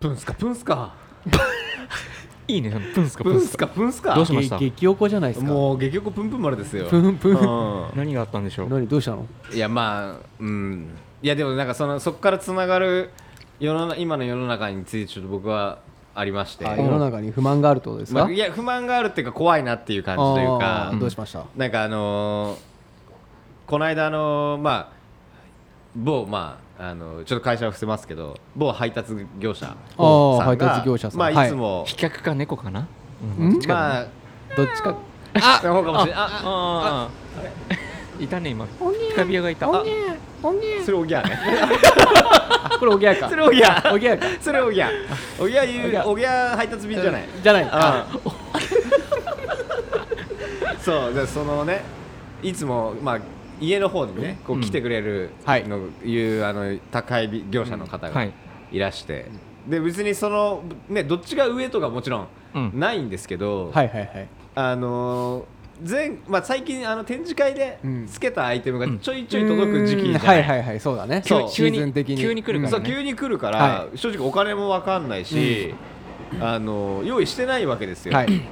プンスカプンスカいいねそのプンスカププンンススカカプンスカどうしましたげ激おこじゃないですかもう結局プンプン丸ですよプンプンう何があったんでしょう何どうしたのんいやまあうんいやでもなんかそのそこからつながる世の中今の世の中についてちょっと僕はありましてあ世の中に不満があるってことですか、まあいや不満があるっていうか怖いなっていう感じというあかーどうしました、なんかあのーこの間あのーまあ某まああのーちょっと会社を伏せますけど某配達業者さんあーが配達業者さんまはあいいつも、飛脚か猫かなうんどっちかだまねあどっちかあの方かもしれないあああいたね今ピカビアがいたああそれおぎゃーね あこれおぎやかそれおぎゃーおぎやか それおぎゃーおぎゃーおぎ言ゃうおぎゃー配達便じゃないじゃないあ そうでそのねいつもまあ家の方にねこううん来てくれるはいの、いうあの宅配業者の方うんはがいいらして、で別にそのねどっちが上とかもちろんうんないんですけど、はいはいはいあのー前まあ、最近あの展示会でうんつけたアイテムがちょいちょい届く時期じゃない、うんはいはいはいそうだねそうシーズン的に急に来るからそうね急に来るから、は正直お金も分かんないし、あの用意してないわけですよ、はい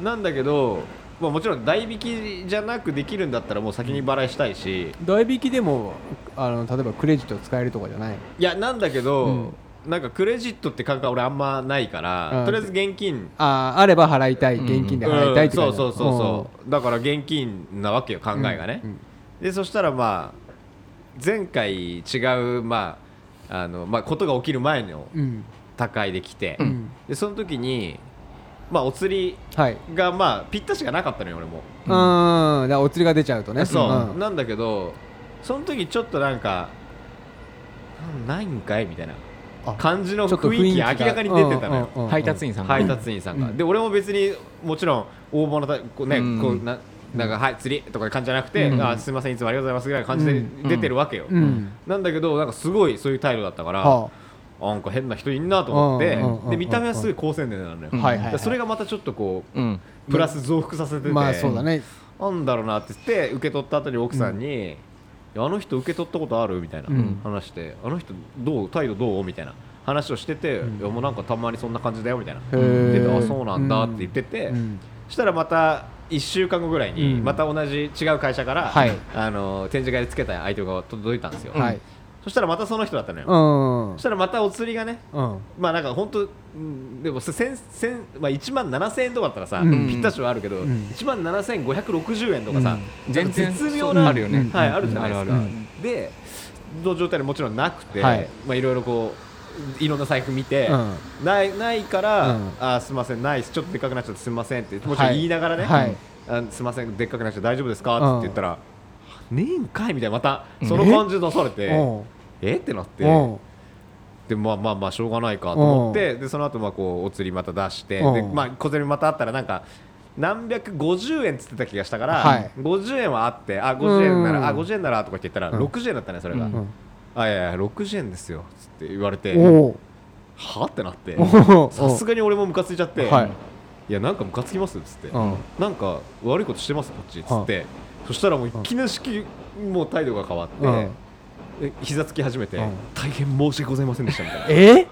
なんだけど、まあ、もちろん代引きじゃなくできるんだったらもう先に払いしたいし代引きでもあの例えばクレジット使えるとかじゃないいやなんだけど、なんかクレジットって感覚は俺あんまないから、うんとりあえず現金あーあれば払いたいうん現金でう払いんたいってそ感うじそうそうそうだから現金なわけよ考えがね、でそしたらまあ前回違うまああのまあことが起きる前のうんうん高いで来て、うんでその時にまあお釣りはい、うがまあぴったしがなかったのよ俺も、ーん、だからお釣りが出ちゃうとねそう、んなんだけどその時ちょっとなんかなんないんかいみたいなあ感じのちょっと雰囲気が雰囲気明がらかに出てたのよ、うんうん配達員さんが配達員さんが、うんで俺も別にもちろん大物だこうね、うんこうななんかはい釣りとかいう感じじゃなくて、うんあすいませんいつもありがとうございますぐらいの感じうでん出てるわけよ、うんなんだけどなんかすごいそういう態度だったから、はあなんか変な人いんなと思って、うんうんうんうんで見た目はすごい高青年なのよ、うあんはいはい、はでい、それがまたちょっとこううんプラス増幅させてて、まあそうだねなんだろうなって言って受け取った後に奥さんに、いやあの人受け取ったことあるみたいなうん話して、あの人どう態度どうみたいな話をしてて、いやもうなんかたまにそんな感じだよみたいなへーであそうなんだって言ってて、うんしたらまた1週間後ぐらいに、うんまた同じ違う会社から、はいあの展示会でつけたアイテムが届いたんですよ、はいそしたらまたその人だったのよ、うんそしたらまたお釣りがねうんまあなんか本当うんでもせ千千まあ1万7000円とかだったらさ、うんぴったしはあるけど、ん1万7560円とかさ、うん全然全然絶妙なあるよねはい、うんあるじゃないですか、あるあるでの状態でもちろんなくて、はいい、まあいろいろこういろんな財布見て、うないないから、うんあーすみませんないですちょっとでっかくなっちゃってすみませんってもちろん言いながらね、はいあすみませんでっかくなっちゃって大丈夫ですかって言ったら、ねえんかいみたいなまたその感じで出されて、おうえってなって。おうでまあまあまあしょうがないかと思ってでその後まあこうお釣りまた出してうんでまあ小銭またあったらなんか何百五十円っつってた気がしたから、はい50円はあってあ50円なうんらあ50円ならとかって言ったらうん60円だったねそれが、うんあいやいや60円ですよっつって言われておうはってなっておうさすがに俺もムカついちゃって、はいいやなんかムカつきますっつって、うんなんか悪いことしてますこっちっつって、そしたらもういきなり式もう態度が変わって、うんえ膝つき始めて、うん大変申し訳ございませんでしたみたいなえ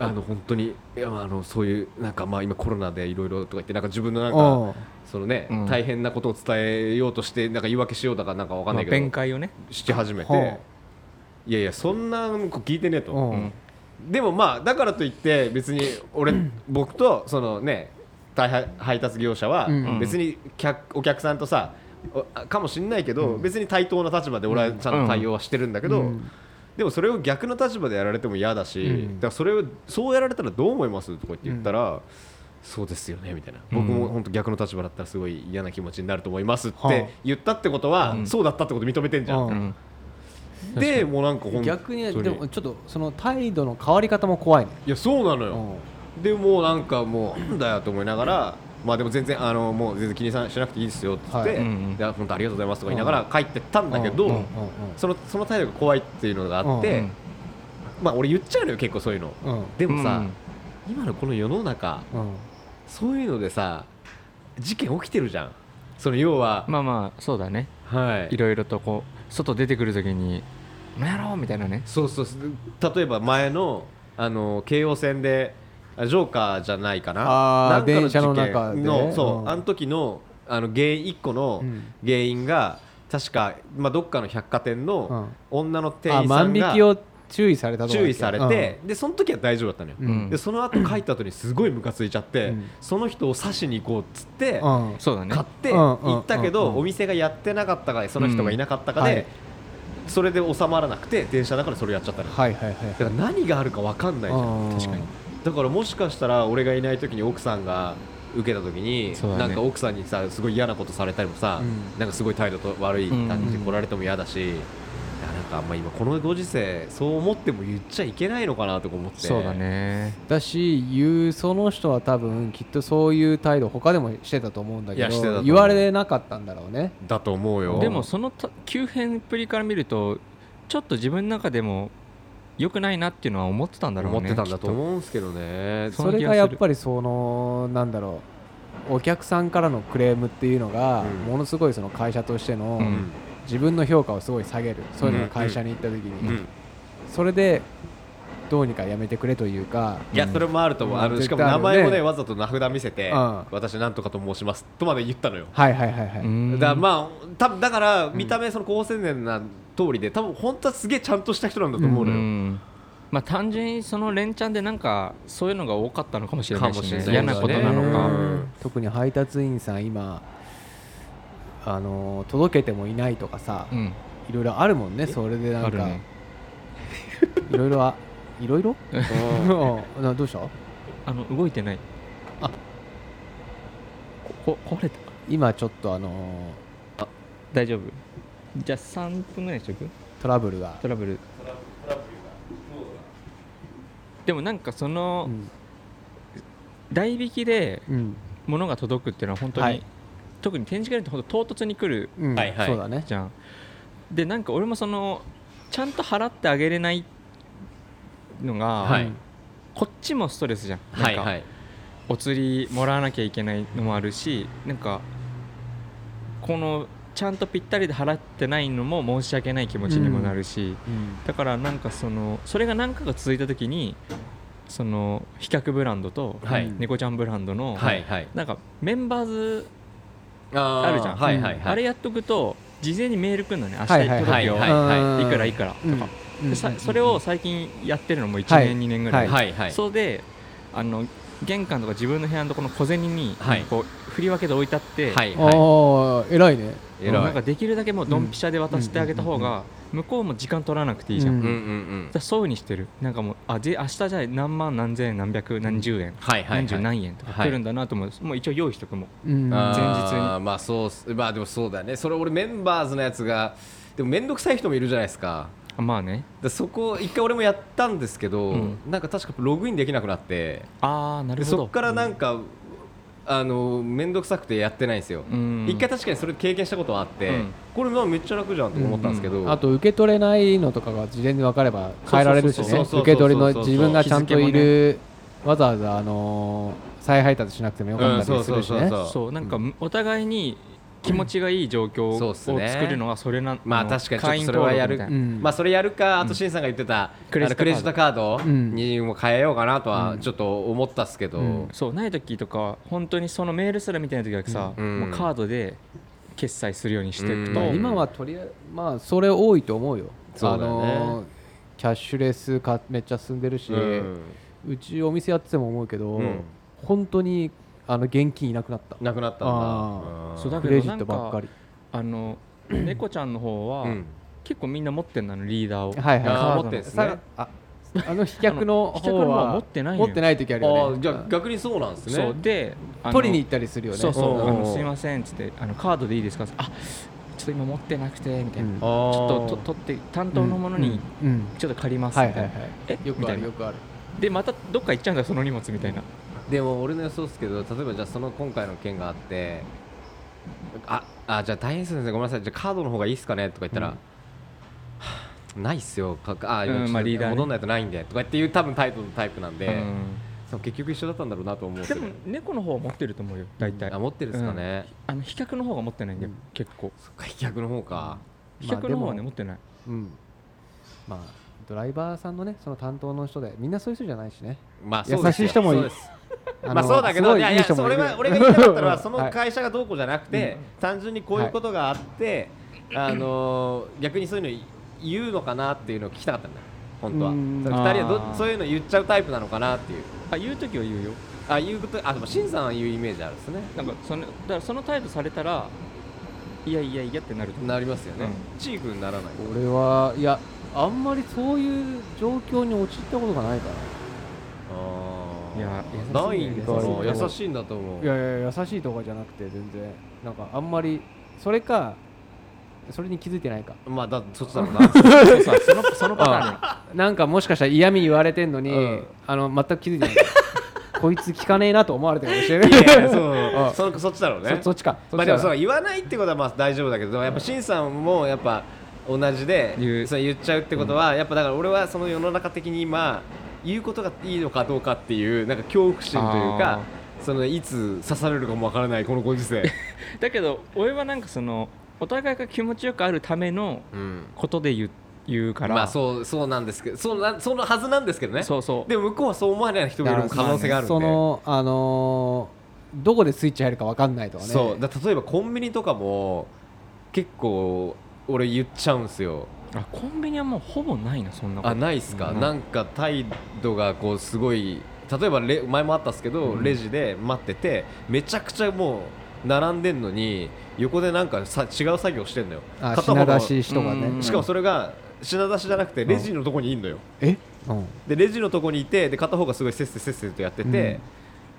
あの本当にいやまああのそういうなんかまあ今コロナでいろいろとか言ってなんか自分のなんおかうそのね、うん大変なことを伝えようとしてなんか言い訳しようだかなんかわかんなまあいけ弁ど、解をねし始めて、はあいやいやそんなこ聞いてねえと、おううんでもまあだからといって別に俺 僕とそのね大配配達業者はうん別に客お客さんとさおあかもしんないけど別に対等な立場で俺はちゃんと対応はしてるんだけど、うんでもそれを逆の立場でやられても嫌だし、うんだからそれをそうやられたらどう思いますとか言ったら、そうですよねみたいな、僕も本当逆の立場だったらすごい嫌な気持ちになると思いますっはあて言ったってことは、うんそうだったってこと認めてんじゃん、ううんでもうなんか本当に逆にでもちょっとその態度の変わり方も怖いねいやそうなのよ、おうでもうなんかもうなんだよと思いながら、まあでも全然あのもう全然気にさしなくていいですよって言って、はいうんうんで本当ありがとうございますとか言いながら帰ってったんだけど、うんうんうんそのその態度が怖いっていうのがあって、うまあ俺言っちゃうのよ結構そういうの、うんうんでもさ、うん今のこの世の中うんそういうのでさ事件起きてるじゃんその要は、まあまあそうだねはいいろいろとこう外出てくるときに「なんやろ?」みたいなねそうそうそう例えば前のあの京王線であジョーカーじゃないかなあーなんか電車の事件中でのそう、うんあの時のあの原因1個のうん原因が、確か、まあ、どっかの百貨店の女の店あ員さ万ん引がきを注意されたとかだっけ注意されて、でその時は大丈夫だったのよ、うんうんでその後帰った後にすごいムカついちゃって、うんその人を刺しに行こうっつって、うんうんそうだね買ってうんうん行ったけうんうどんお店がやってなかったかその人がいなかったかうんはでいそれで収まらなくて電車の中でそれやっちゃったのだかはいはいはいら何があるか分かんないじゃんうん確かにだからもしかしたら俺がいない時に奥さんが受けた時にそうだねなんか奥さんにさすごい嫌なことされたりもさうんなんかすごい態度と悪い感じで来られても嫌だしいやなんかあんま今このご時世そう思っても言っちゃいけないのかなとか思ってそうだねだし言うその人は多分きっとそういう態度他でもしてたと思うんだけいやしてたとど思う言われなかったんだろうねだと思うよでもそのた急変っぷりから見るとちょっと自分の中でも良くないなっていうのは思ってたんだろうね思ってたんだと思うんですけどねそその気がれがやっぱりそのなんだろうお客さんからのクレームっていうのが、うんものすごいその会社としての、ううんん自分の評価をすごい下げるそういうのが会社に行った時に、うんそれでどうにかやめてくれというかいやそれもあると思う、うんあのしかも絶対あ名るよ前もねねわざと名札見せて、うん私なんとかと申しますとまで言ったのよ、はいはいはいはい、うんだからまあ多分だから見た目その高青年な通りで多分本当はすげえちゃんとした人なんだと思ううの よ、んまあ単純にその連チャンでなんかそういうのが多かったのかもしれないし,、ねかもしれない嫌なことなのそうだかね特に配達員さん今あの届けてもいないとかさ、うんいろいろあるもんねそれでなあんるか、ねいろいろあいろいろうんうんなどうしたあの動いてないあここ壊れた今ちょっとあの大丈夫じゃあ3分ぐらいにしとくトラブルが、トラブルでもなんかそうのん代引きでうん物が届くっていうのは本当に、はい特に展示会って本当唐突に来るうんはいはいそうだねじゃんでなんか俺もそのちゃんと払ってあげれないのが、はいこっちもストレスじゃんはなんいか、はいお釣りもらわなきゃいけないのもあるしなんかこのちゃんとぴったりで払ってないのも申し訳ない気持ちにもなるし、うんだからなんかそのそれが何かが続いた時にその飛脚ブランドとはい猫ちゃんブランドの、はいはいなんかメンバーズあーあるじゃんはいはいはい、あれやっとくと事前にメール来るのね明日行くは時いよ、はいいはくらいくらとか、うんうんでさそれを最近やってるのも1はい年、2年ぐらい、はいはいそうであの玄関とか自分の部屋のところの小銭に、はいこう振り分けて置いてあって、はいああはー偉いねい偉なんいかできるだけもうドンピシャで渡してあげた方が向こうも時間取らなくていいじゃん、ううんんうだかんうんらそういうふうにしてるなんかもうあで明日じゃあ何万何千円何百何十円、はいはいはい何十何円とかはい来るんだなと思う、もう一応用意しとくもんうんあ前ーまあそうっすまあでもそうだよねそれ俺メンバーズのやつがでも面倒くさい人もいるじゃないですかあまあねでそこ一回俺もやったんですけど、うんなんか確かログインできなくなってああなでるほどそこからなんか、あの面倒くさくてやってないんですよ、うん一回確かにそれ経験したことはあって、うんこれまあめっちゃ楽じゃんと思ったんですけど、あと受け取れないのとかが事前に分かれば変えられるしそうそねうそうそう受け取りの自分がちゃんとい日付るわざわざあのー再配達しなくてもよかったりするしうんそうそうねそうそうなんかお互いに気持ちがいい状況そうをっすね作るのはそれなまあの確かにちょっと会員それはやる登録みたいなうんまあそれやるかあとしんさんが言ってた、クレあジットのクカードレジットカードうんにも変えようかなとはちょっと思ったっすけど、うんそうない時とか本当にそのメールすらみたいな時はさ、うんもうカードで決済するようにしていくと、うん今はとりあえずまあそれ多いと思うよそうだよねあのーキャッシュレス化めっちゃ進んでるし、ううんちお店やってても思うけど、うん本当にあの現金いなくなったなくなったんだあそうだクレジットばっかりあの猫ちゃんの方は、うん結構みんな持ってんだのリーダーを、はいあはいーカードの持ってんすねさああの飛脚のあの飛脚の方方はは持ってないの持よってない時あるよあねーじゃあ逆にそうなんですねそうであの取りに行ったりするよねそうそううんあのすいませんっつってあのカードでいいですかあちょっと今持ってなくてみたいな、うんちあーょっとと取って担当の者にうんうんちょっと借りますみはたいいはいな、はえいよみくたあいるなよくあるでまたどっか行っちゃうんだその荷物みたいなでも俺の予想ですけど例えばじゃあその今回の件があってああじゃあ大変ですねごめんなさいじゃあカードの方がいいですかねとか言ったら、うんはあないっすよかあ今うちんょっとまあリーダーね戻んないとないんでとかっていう多分タイプのタイプなんで、うんそう結局一緒だったんだろうなと思うんですでよも猫の方は持ってると思うよ大体あ持ってるですかね、あの飛脚の方が持ってないんだよ、うん結構そっか飛脚の方か飛脚の方はね、まあでも持ってないうんまあドライバーさんのねその担当の人でみんなそういう人じゃないしねまあ優そうですよしい人もいそうですまあそうだけど、いやいや、それは俺が言いたかった のは、その会社がどうこうじゃなくて、単純にこういうことがあって、あのー逆にそういうの言うのかなっていうのを聞きたかったんだよ、本当は。だうんから二人あはーどそういうの言っちゃうタイプなのかなっていう。あ言う時は言うよあ、いうこと、あ、でも、しんさんは言うイメージあるんですね。なんかそのだからその態度されたらいやいやいやってなると思うなりますよねう。チークにならない。俺はいやあんまりそういう状況に陥ったことがないかあーいや優しいねないんか優しいな。優しいんだと思。らいうやいや優しいとかじゃなくて全然なんかあんまりそれかそれに気づいてないかまあ、だ、そっちだろう な。そうそうそのそのパターンよなんかもしかしたら嫌味言われてんのに、うんあの全く気づ いてないこいつ聞かねえなと思われてるかもしれないいやいやそうあそのそっちだろうねそそっちかそまっあちでもだなそう言わないってことはまあ大丈夫だけどやっぱしんさんもやっぱ同じで言うそう言っちゃうってことはやっぱだから俺はその世の中的に今言うことがいいのかどうかっていうなんか恐怖心というかそのいつ刺されるかもわからないこのご時世だけど俺はなんかそのお互いが気持ちよくあるためのうんことで言う言うから、まあそうそうなんですけどそうなそのはずなんですけどねそうそうでも向こうはそう思わない人もいる可能性があるんでそのあのーどこでスイッチ入るか分かんないとかねそうだ例えばコンビニとかも結構俺言っちゃうんですよあコンビニはもうほぼないなそんなことあないっすか、うんなんか態度がこうすごい例えばレ前もあったっすけど、うんレジで待っててめちゃくちゃもう並んでんのに横でなんかさ違う作業してんのよあ片方品の出し人がうんねしかもそれが品出しじゃなくてレジのとこにいんのよ、え、うん、でレジのとこにいてで片方がすごいせっせせっせとやってて、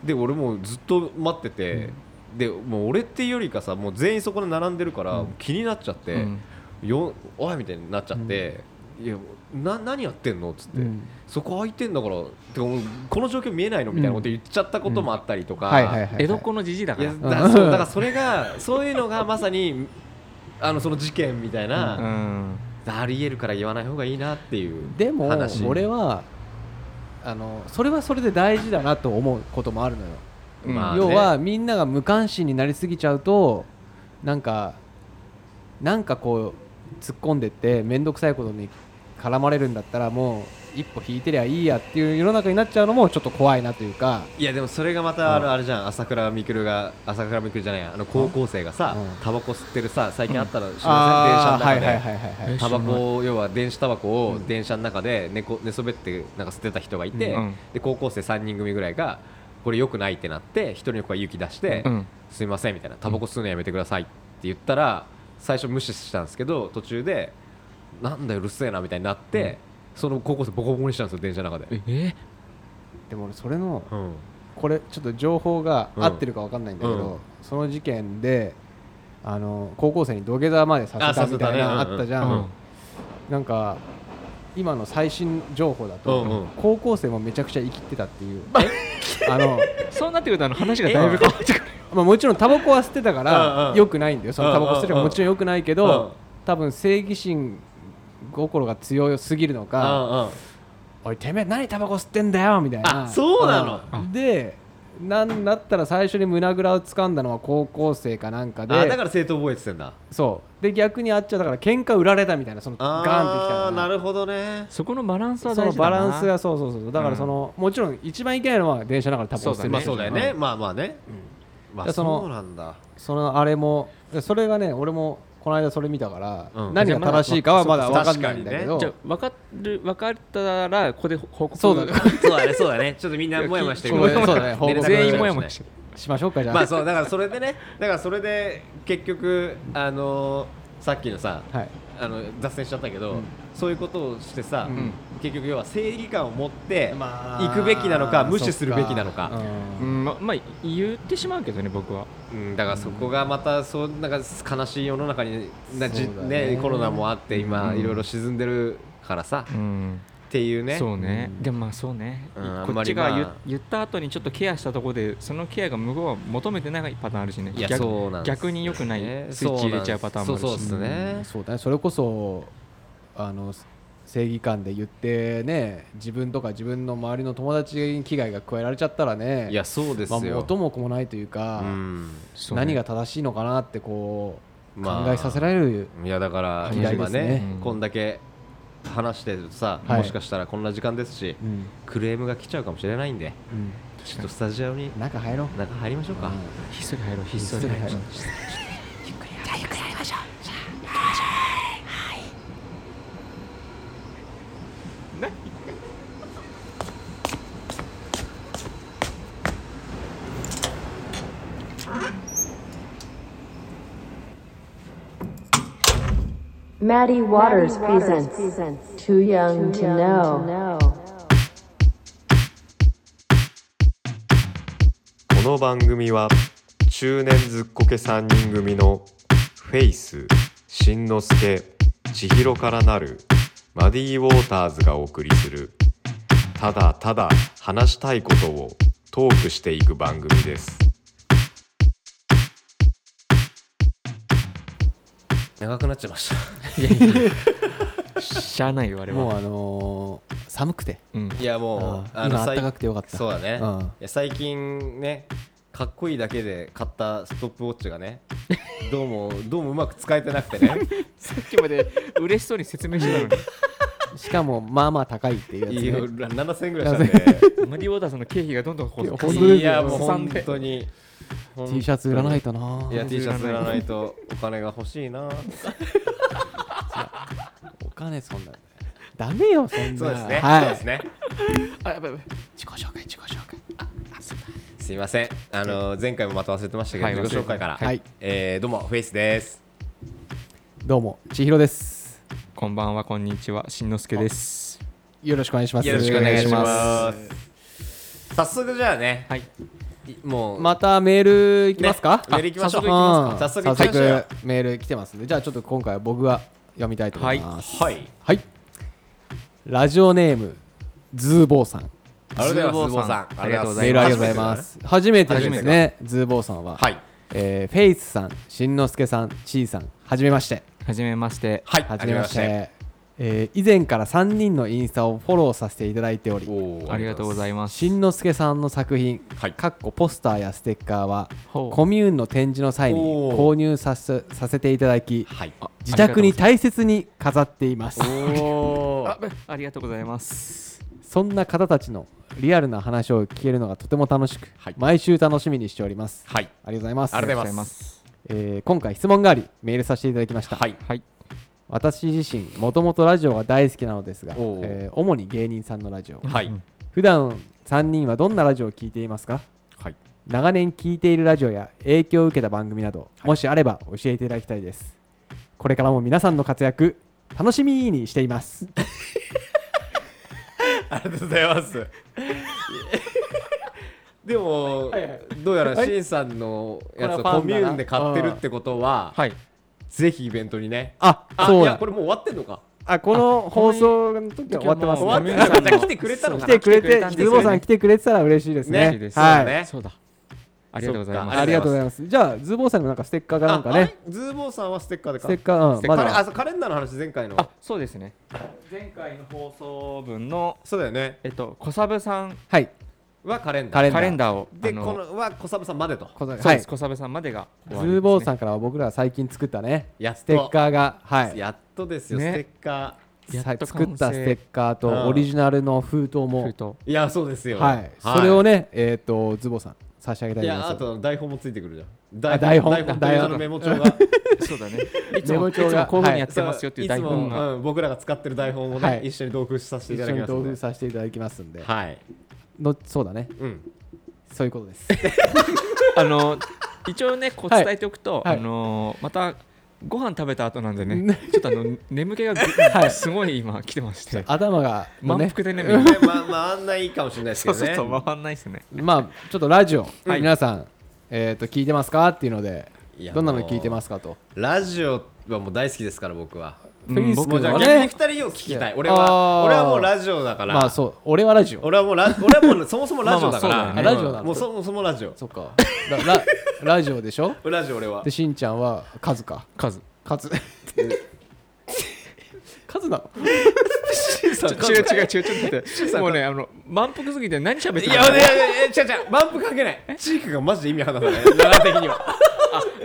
で俺もうずっと待ってて、でもう俺っていうよりかさもう全員そこで並んでるから、うん気になっちゃって、うんよおいみたいになっちゃって、いやな何やってんのっつって、うんそこ空いてんだからてかもうこの状況見えないのみたいなこと言っちゃったこともあったりとか、はいはいはい江戸っ子のじじいだかいらやだからそうだからそれがそういうのがまさにあのその事件みたいな、うんありえるから言わない方がいいなっていうでも話俺はあのそれはそれで大事だなと思うこともあるのよ、まあね要はみんなが無関心になりすぎちゃうとなんかなんかこう突っ込んでって面倒くさいことに絡まれるんだったらもう一歩引いてりゃいいやっていう世の中になっちゃうのもちょっと怖いなというか、いやでもそれがまたあうるあれじゃん朝倉未来が朝倉未来じゃないやあの高校生がさうんタバコ吸ってるさ最近あったら知りません電あー車の中はいではいはいはいはいえタバコを要は電子タバコをうん電車の中で寝こ寝そべってなんか吸ってた人がいて、うんで高校生3人組ぐらいがこれ良くないってなって一人の子が勇気出して、うんすいませんみたいなタバコ吸うのやめてくださいって言ったら最初無視したんですけど途中でなんだようるせえなみたいになって、その高校生ボコボコにしたんですよ電車の中で。ええでも俺それのうんこれちょっと情報がうん合ってるかわかんないんだけど、うんその事件であの高校生に土下座までさあさせたせみたたいねなのあったじゃん、うんなんか今の最新情報だと、うんうん高校生もめちゃくちゃ生きてたっていうあの、そうなってくるとあの話がだいぶ変わってくるまあ、もちろんタバコは捨てたかうんらうん良くないんだよそのタバコ捨てるのうんうんうんはもちろん良くないけうんど多分正義心心が強すぎるのか、あおいてめえ何タバコ吸ってんだよみたいなあそうなのうんでなんだったら最初に胸ぐらを掴んだのは高校生かなんかでだから生徒覚えてたんだ。そうで逆にあっちゃだから喧嘩売られたみたいなそのガンってきたあーのがなるほどね。そこのバランスはそ大の事バだなランスがそうそうそうだからその、もちろん一番いけないのは電車だからタバコ吸ってそうだねるまあそうだよね、まあまあね、まあじゃあそそのうなんだそのあれもそれがね俺もこの間それ見たから、うん何が正しいかはまだじゃあま分だかんないんだけど、じゃあ分かる分かったらここで報告そうだねそうだねそうだねちょっとみんなもやもやしてるそうだ ねそうだね 報告全員もやもやしてるるしましょうかじゃあ、まあそうだからそれでねだからそれで結局あのーさっきのさはいあの脱線しちゃったけど、うんそういうことをしてさ、うん結局要は正義感を持ってま行くべきなのか無視するべきなのかそっうんうんままあ言ってしまうけどね僕はうん、だからそこがまたそうなんか悲しい世の中になじそうだねねコロナもあって今うんいろいろ沈んでるからさ、うっんていうねそうねうんでもまあそうねうんあんこまっりちまあが言言った後にちょっとケアしたところでそのケアが向こうは求めてないパターンあるしねいや逆そうなんです逆に良くないねスイッチ入れちゃうパターンもあるしそうなんですそうそうっすねうんそうだねそれこそあの正義感で言ってね自分とか自分の周りの友達に危害が加えられちゃったらねいやそうですまあ、よ、もう元も子もないというか、うんそうね何が正しいのかなってこう、まあ考えさせられるいやだから嫌いで今すねねうんこんだけ話してるとさ、はいもしかしたらこんな時間ですし、うんクレームが来ちゃうかもしれないんで、うちょっとスタジオにん、中入ろう中入りましょうか。ひっそり入ろうひっそひりっそり入入ろろうう Maddie Waters, presents, Too Young, to, know. この番組は中年ずっこけ3人組のフェイス、しんのすけ、ちひろからなるマディ・ウォーターズがお送りするただただ話したいことをトークしていく番組です長くなっちゃいましたいやいやいやしゃあないよあれもうはあのー寒くてうんいやもうあー今あっ最たかくてよかったそうだね、うんいや最近ねかっこいいだけで買ったストップウォッチが ねどうもどうもうまく使えてなくてねさっきまで嬉しそうに説明してたのにしかもまあまあ高いっていういいやよつ、ね、 7000円ぐらいしたんで マリー・ウォーターさんの経費がどんどんこいやう本当ですよいやもうすさん本で当に T シャツ売らないとないや T シャツ売らないとお金が欲しい なお金そんなダメよそんなそうですね、はいそうですねあやばいやばい自己紹介自己紹介すいませんあの前回もまた忘れてましたけど、はい自己紹介から、はいえーどうもフェイスですどうも千尋ですこんばんはこんにちはしんのすけですよろしくお願いしますよろしくお願いしお願いしまます早速じゃあね、はいいもうすまたメールいきますか、ねメールいきましょううん早早速速いきましょうよメール来てますんでじゃあちょっと今回は僕が読みたいと思いますはいはい、ラジオネームズーボーさんありがとうございますズボズボーさーんさんメールありがとうございます初めてですねズーボーさんは、はいえーフェイスさんしんのすけさんちーさんはじめましてはじめましてはいははじじめめままししててえー以前から3人のインスタをフォローさせていただいておりおーありがとうございますしんのすけさんの作品、はいかっこポスターやステッカーはほうコミューンの展示の際におー購入させさせていただきはい自宅に大切に飾っていますおあありがとうございますそんな方たちのリアルな話を聞けるのがとても楽しく、はい毎週楽しみにしておりますはいありがとうございますありがとうございありまがとうございますえー今回質問がありメールさせていただきました、はいはい私自身もともとラジオが大好きなのですが、おうえー主に芸人さんのラジオはい普段3人はどんなラジオを聞いていますかはい長年聞いているラジオや影響を受けた番組など、もしあれば教えていただきたいですこれからも皆さんの活躍楽しみにしていますありがとうございますでもどうやらしんさんのやつをこれはファコンミだュなーンで買ってるってことははいぜひイベントにねああそいうやだこれもう終わってんのかあこの放送の時は終わってます終ねわってんのかじゃあ来てくれたの来かてくれて、来てくれたんですズよねボさん来てくれてたら嬉しいですね。ね嬉しいですはそうだい。ねそうだありがとうございますそっかありがとうございます。じゃあ、ズボさんのなんかステッカーがなんかああねれ、ズーボーさんはステッカーでスかテッカー、うん、まカレンあだ。そうカレンダーの話前回のあそうですね前回の放送分のそうだよねえっと小サブさんはい。はカレンダカーレンダカー。レンダーをであのこのは小サブさんまでとこざそうはでい。すズ小サブさんまでが終わりですねーボさんからは僕ら最近作ったね、やっとステッカーが、はい。やっとですよ、ねステッカやさっと作完成ったステッカーうんとオリジナルの封筒封も、筒ー。いや、そうですよ。はい。それをね、えっと、ズボさん、差し上げたはいい。いや、あと思います。と台本もついてくるじゃん。あ台本台台本本のメモ帳 が。そうだねいつ メもモいつ帳がもこういうふうにやってますよっていうそう台いつ本がも、うん、僕らが使ってる台本をね、はい一緒に同封させてい一た緒だきにます同ので封させていただきますんで、はい。のそうだね、うん。そういうこと です。あの一応ねこうは伝いえておくと、はいあのまたご飯食べた後なんでねねちょっとあの眠気がぐすごい今来てまして頭が、もう満ね、腹でねねまあ、まあ、あんないいかもしれないですけ そうどそうね。そう回んないですねまあちょっとラジオ、はい皆さん、えー、と聞いてますかっていうのでいやどんなの聞いてますかとラジオはもう大好きですから、僕は。うんフェイス僕もうじゃあ、は逆ねに二人を聞きたい。俺は、あー俺はもうラジオだから。まあそう俺はラジオ俺はもうラ、俺はもうそもそもラジオだかまら。あまあそうだよねうんラジオなんだもうそもそもラジオ。そっかララ ラジオでしょラジオ俺はで。しんちゃんはカズか数 カズカズなのちょ違う違う違うちょっと待ってもうねあの満腹すぎて何喋ってい るや、いやいや、違う違う、満腹関係ない。チークがマジで意味わかんない。長的には。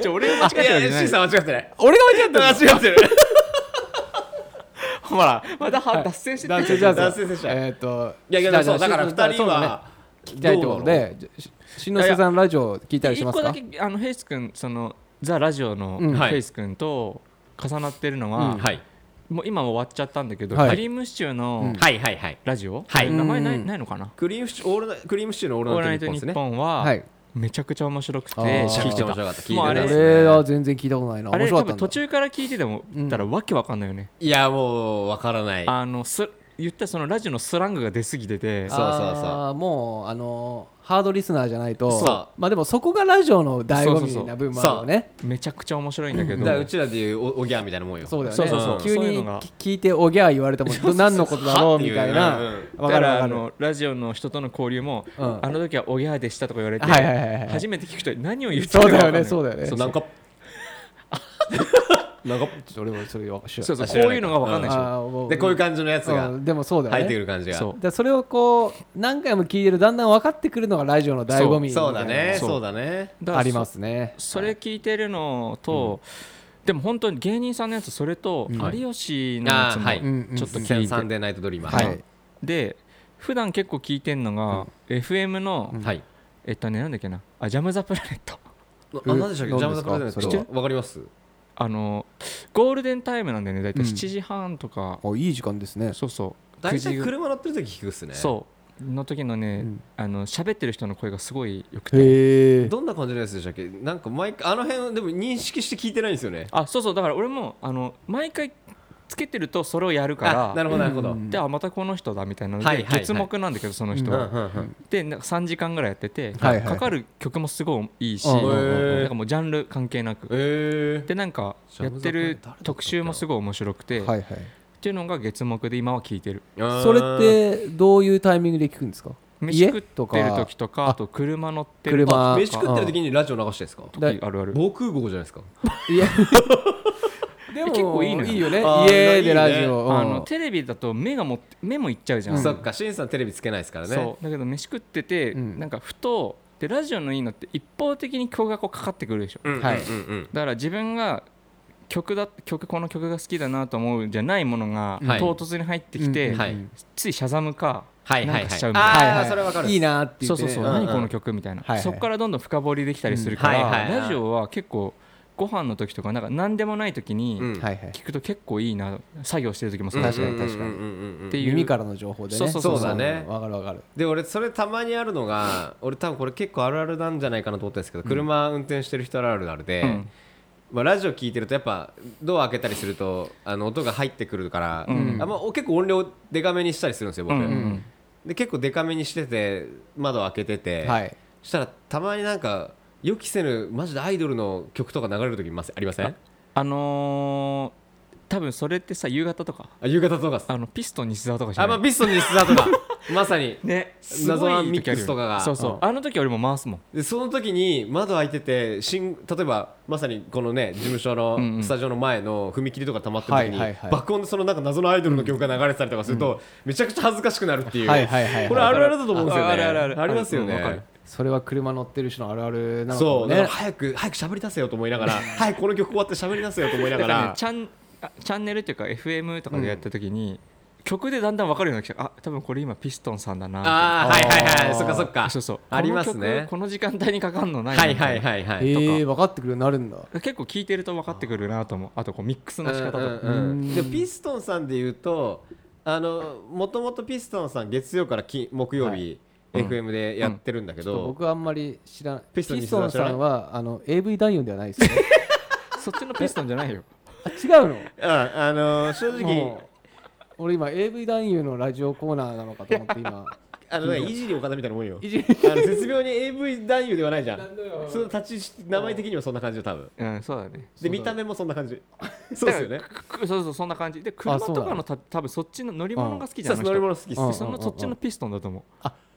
じゃあ俺が間違えてるわけいじやシゃなーいさん間違ってない。俺が間違って間違ってる。おほらまたは脱線して男性っじゃあ男性でしたえーっといやいやじゃあそうじゃあだからしだ二人そうだはね聞きたいってことどうなのでじゃあししんのすけさんラジオ聞いたりし一ます個だかけあのヘイス君そのザラジオのうんはいヘイス君と重なってるのは、はいもう今終わっちゃったんだけど、はいクリームシチューのはいはいはいラジオ、はい名前なういんないのかなクリームシチューオールナクリームシチューのオ「ーオールルナナイイトトニニッポンですねッポン」は、はいめちゃくちゃ面白くてあー聞いてめちゃくちゃ面白かった聞いてたもうあれでこすれは全然聞いたことないなあ面れ白多かった分ん途だ中から聞いててもたらわけわかんないよね、いやもうわからないあのす言ったらそのラジオのスラングが出すぎててそうそうそうあーもうあのーハードリスナーじゃないとそうまあでもそこがラジオのそう醍醐そうそ味うな部分もあるよねめちゃくちゃ面白いんだけどだからうちらでいうおおぎゃーみたいなもんよそうだよねそうそうそう急そういにうのがき聞いておぎゃー言われてもど何のことだろうはっていうみたいうんなうわだかかるらわかあるのラジオの人との交流も、うんあの時はおぎゃーでしたとか言われて、はいはいはいはい初めて聞く人に何を言ってるそかうわだかよんないねそうだよねそうなんかなんかちょっと俺もそれよ知らそうそうあこ知らないういうのがわかんないでしょ、ょでこういう感じのやつがでもそうだよね入ってくる感じがそうでそれをこう何回も聞いてるだんだん分かってくるのがラジオの醍醐味みたいなそうだねそうそうだねだからありますねそそれ聞いてるのと、でも本当に芸人さんのやつそれと、ん有吉のやあつもーはいちょっと聞いて、サンデーナイトドリーマーはいで普段結構聞いてんのが、FM の、はいえっとねなんだっけなあジャム・ザ・プラネットあ何でしたっけうんジャムザプレゼント何知ですかっそれてはるわかりますあのゴールデンタイムなんだよね大体うん7時半とか、おいい時間ですねそうそう大9体時車乗ってる時聞くっすねそうの時のね、うんあの喋ってる人の声がすごいよくてへえどんな感じのやつでしたっけなんか毎回あの辺でも認識して聞いてないんですよねあそうそうだから俺もあの毎回つけてるとそれをやるからあなるほどなるほどうんであまたこの人だみたいなので、はいはいはい月目なんだけどその人うんうんは、うんでなんか3時間ぐらいやってて、はいはいかかる曲もすごいいいし、うんへーなんかもうジャンル関係なく、えでなんかやってる特集もすごい面白くて、はいはいっていうのが月目で今は聞いてるーそれってどういうタイミングで聞くんですか飯家食ってる時とかああと車乗ってる時車あ飯食ってる時にラジオ流してるんですかだあるある防空壕じゃないですかいや で結構いいのよいいよねあー家でラジいいねオうんあのテレビだと目がもって目もいっちゃうじゃん、そっかしんさんテレビつけないですからねそうだけど飯食ってて、うんなんかふとでラジオのいいのって一方的に曲がこうかかってくるでしょ、うんうんうんはういんだから自分が曲だ曲この曲が好きだなと思うんじゃないものがはい唐突に入ってきて、うんはいついシャザムか、はいはいなんかはしいちゃうみたいなはいあはあいそれわかるっすいいなーって言そっうてそうそねう、うん何この曲みたいな、はいはいそこからどんどん深掘りできたりするから、うんはいはいはいラジオは結構ご飯の時とかなんか何でもない時うにんはいはい聞くと結構いいな作業してる時もそうだし確かに確かにうんうんうんうんうんっていう耳からの情報でねそうそうそうそうだねわかるわかるで俺それたまにあるのが俺多分これ結構あるあるなんじゃないかなと思ったんですけど車運転してる人あるあるあるで、うんまあ、ラジオ聞いてるとやっぱドア開けたりするとあの音が入ってくるから、うんあんま結構音量でかめにしたりするんですよ僕、うんうんうんで結構でかめにしてて窓開けてて、はいしたらたまになんか予期せぬマジでアイドルの曲とか流れる時いますありませんあのー多分それってさ夕方とかあ夕方とかっすあのピストン西澤とかじゃあ、なまいあ、ビストンにスターとかまさにね謎なすごい時あるよねミックスとかがそうそう、うんあの時俺も回すもんでその時に窓開いてて新例えばまさにこのね事務所うんうのんスタジオの前の踏切とか溜まってる時に、はいはいはい爆音でそのなんか謎のアイドルの曲が流れてたりとかすると、めちゃくちゃ恥ずかしくなるっていう、はいはいはいこれあるあるだと思うんですよねあるあるあるりますよね、うんわかるそれは車乗ってる人のあるあるなのかそもうだからね早く早く喋り出せよと思いながら早くこの曲終わって喋り出せよと思いなだかがら、ねら、チャンあチャンネルっていうか FM とかでやった時に、曲でだんだん分かるようになってきたあ多分これ今ピストンさんだなみたいなああはいはいはあーいそっかそっかそうそうありますねこの曲この時間帯にかかんのないなはいはいはいはへい、え分かってくるようになるんだ結構聞いてると分かってくるなと思うあとこうミックスの仕方とか、うんうんうんでピストンさんで言うとあのもともとピストンさん月曜から金木曜日、は FM でやってるんだけど、僕はあんまり知らないピストンピにス知らトないンさんはあの AV 男優ではないですよねそっちのピストンじゃないよあ違うのああのー正直もう俺今 AV 男優のラジオコーナーなのかと思って今あのねいじり岡田みたいなもんよいじりあの絶妙に AV 男優ではないじゃんだよその立ち位置名前的にもそんな感じよ多分 うんそうだねで見た目もそんな感じそうですよねだからくくそうそうそんな感じで車とかのた多分そっちの乗り物が好きじゃそなう乗いり物好きっすうんそのそっちのピストンだと思う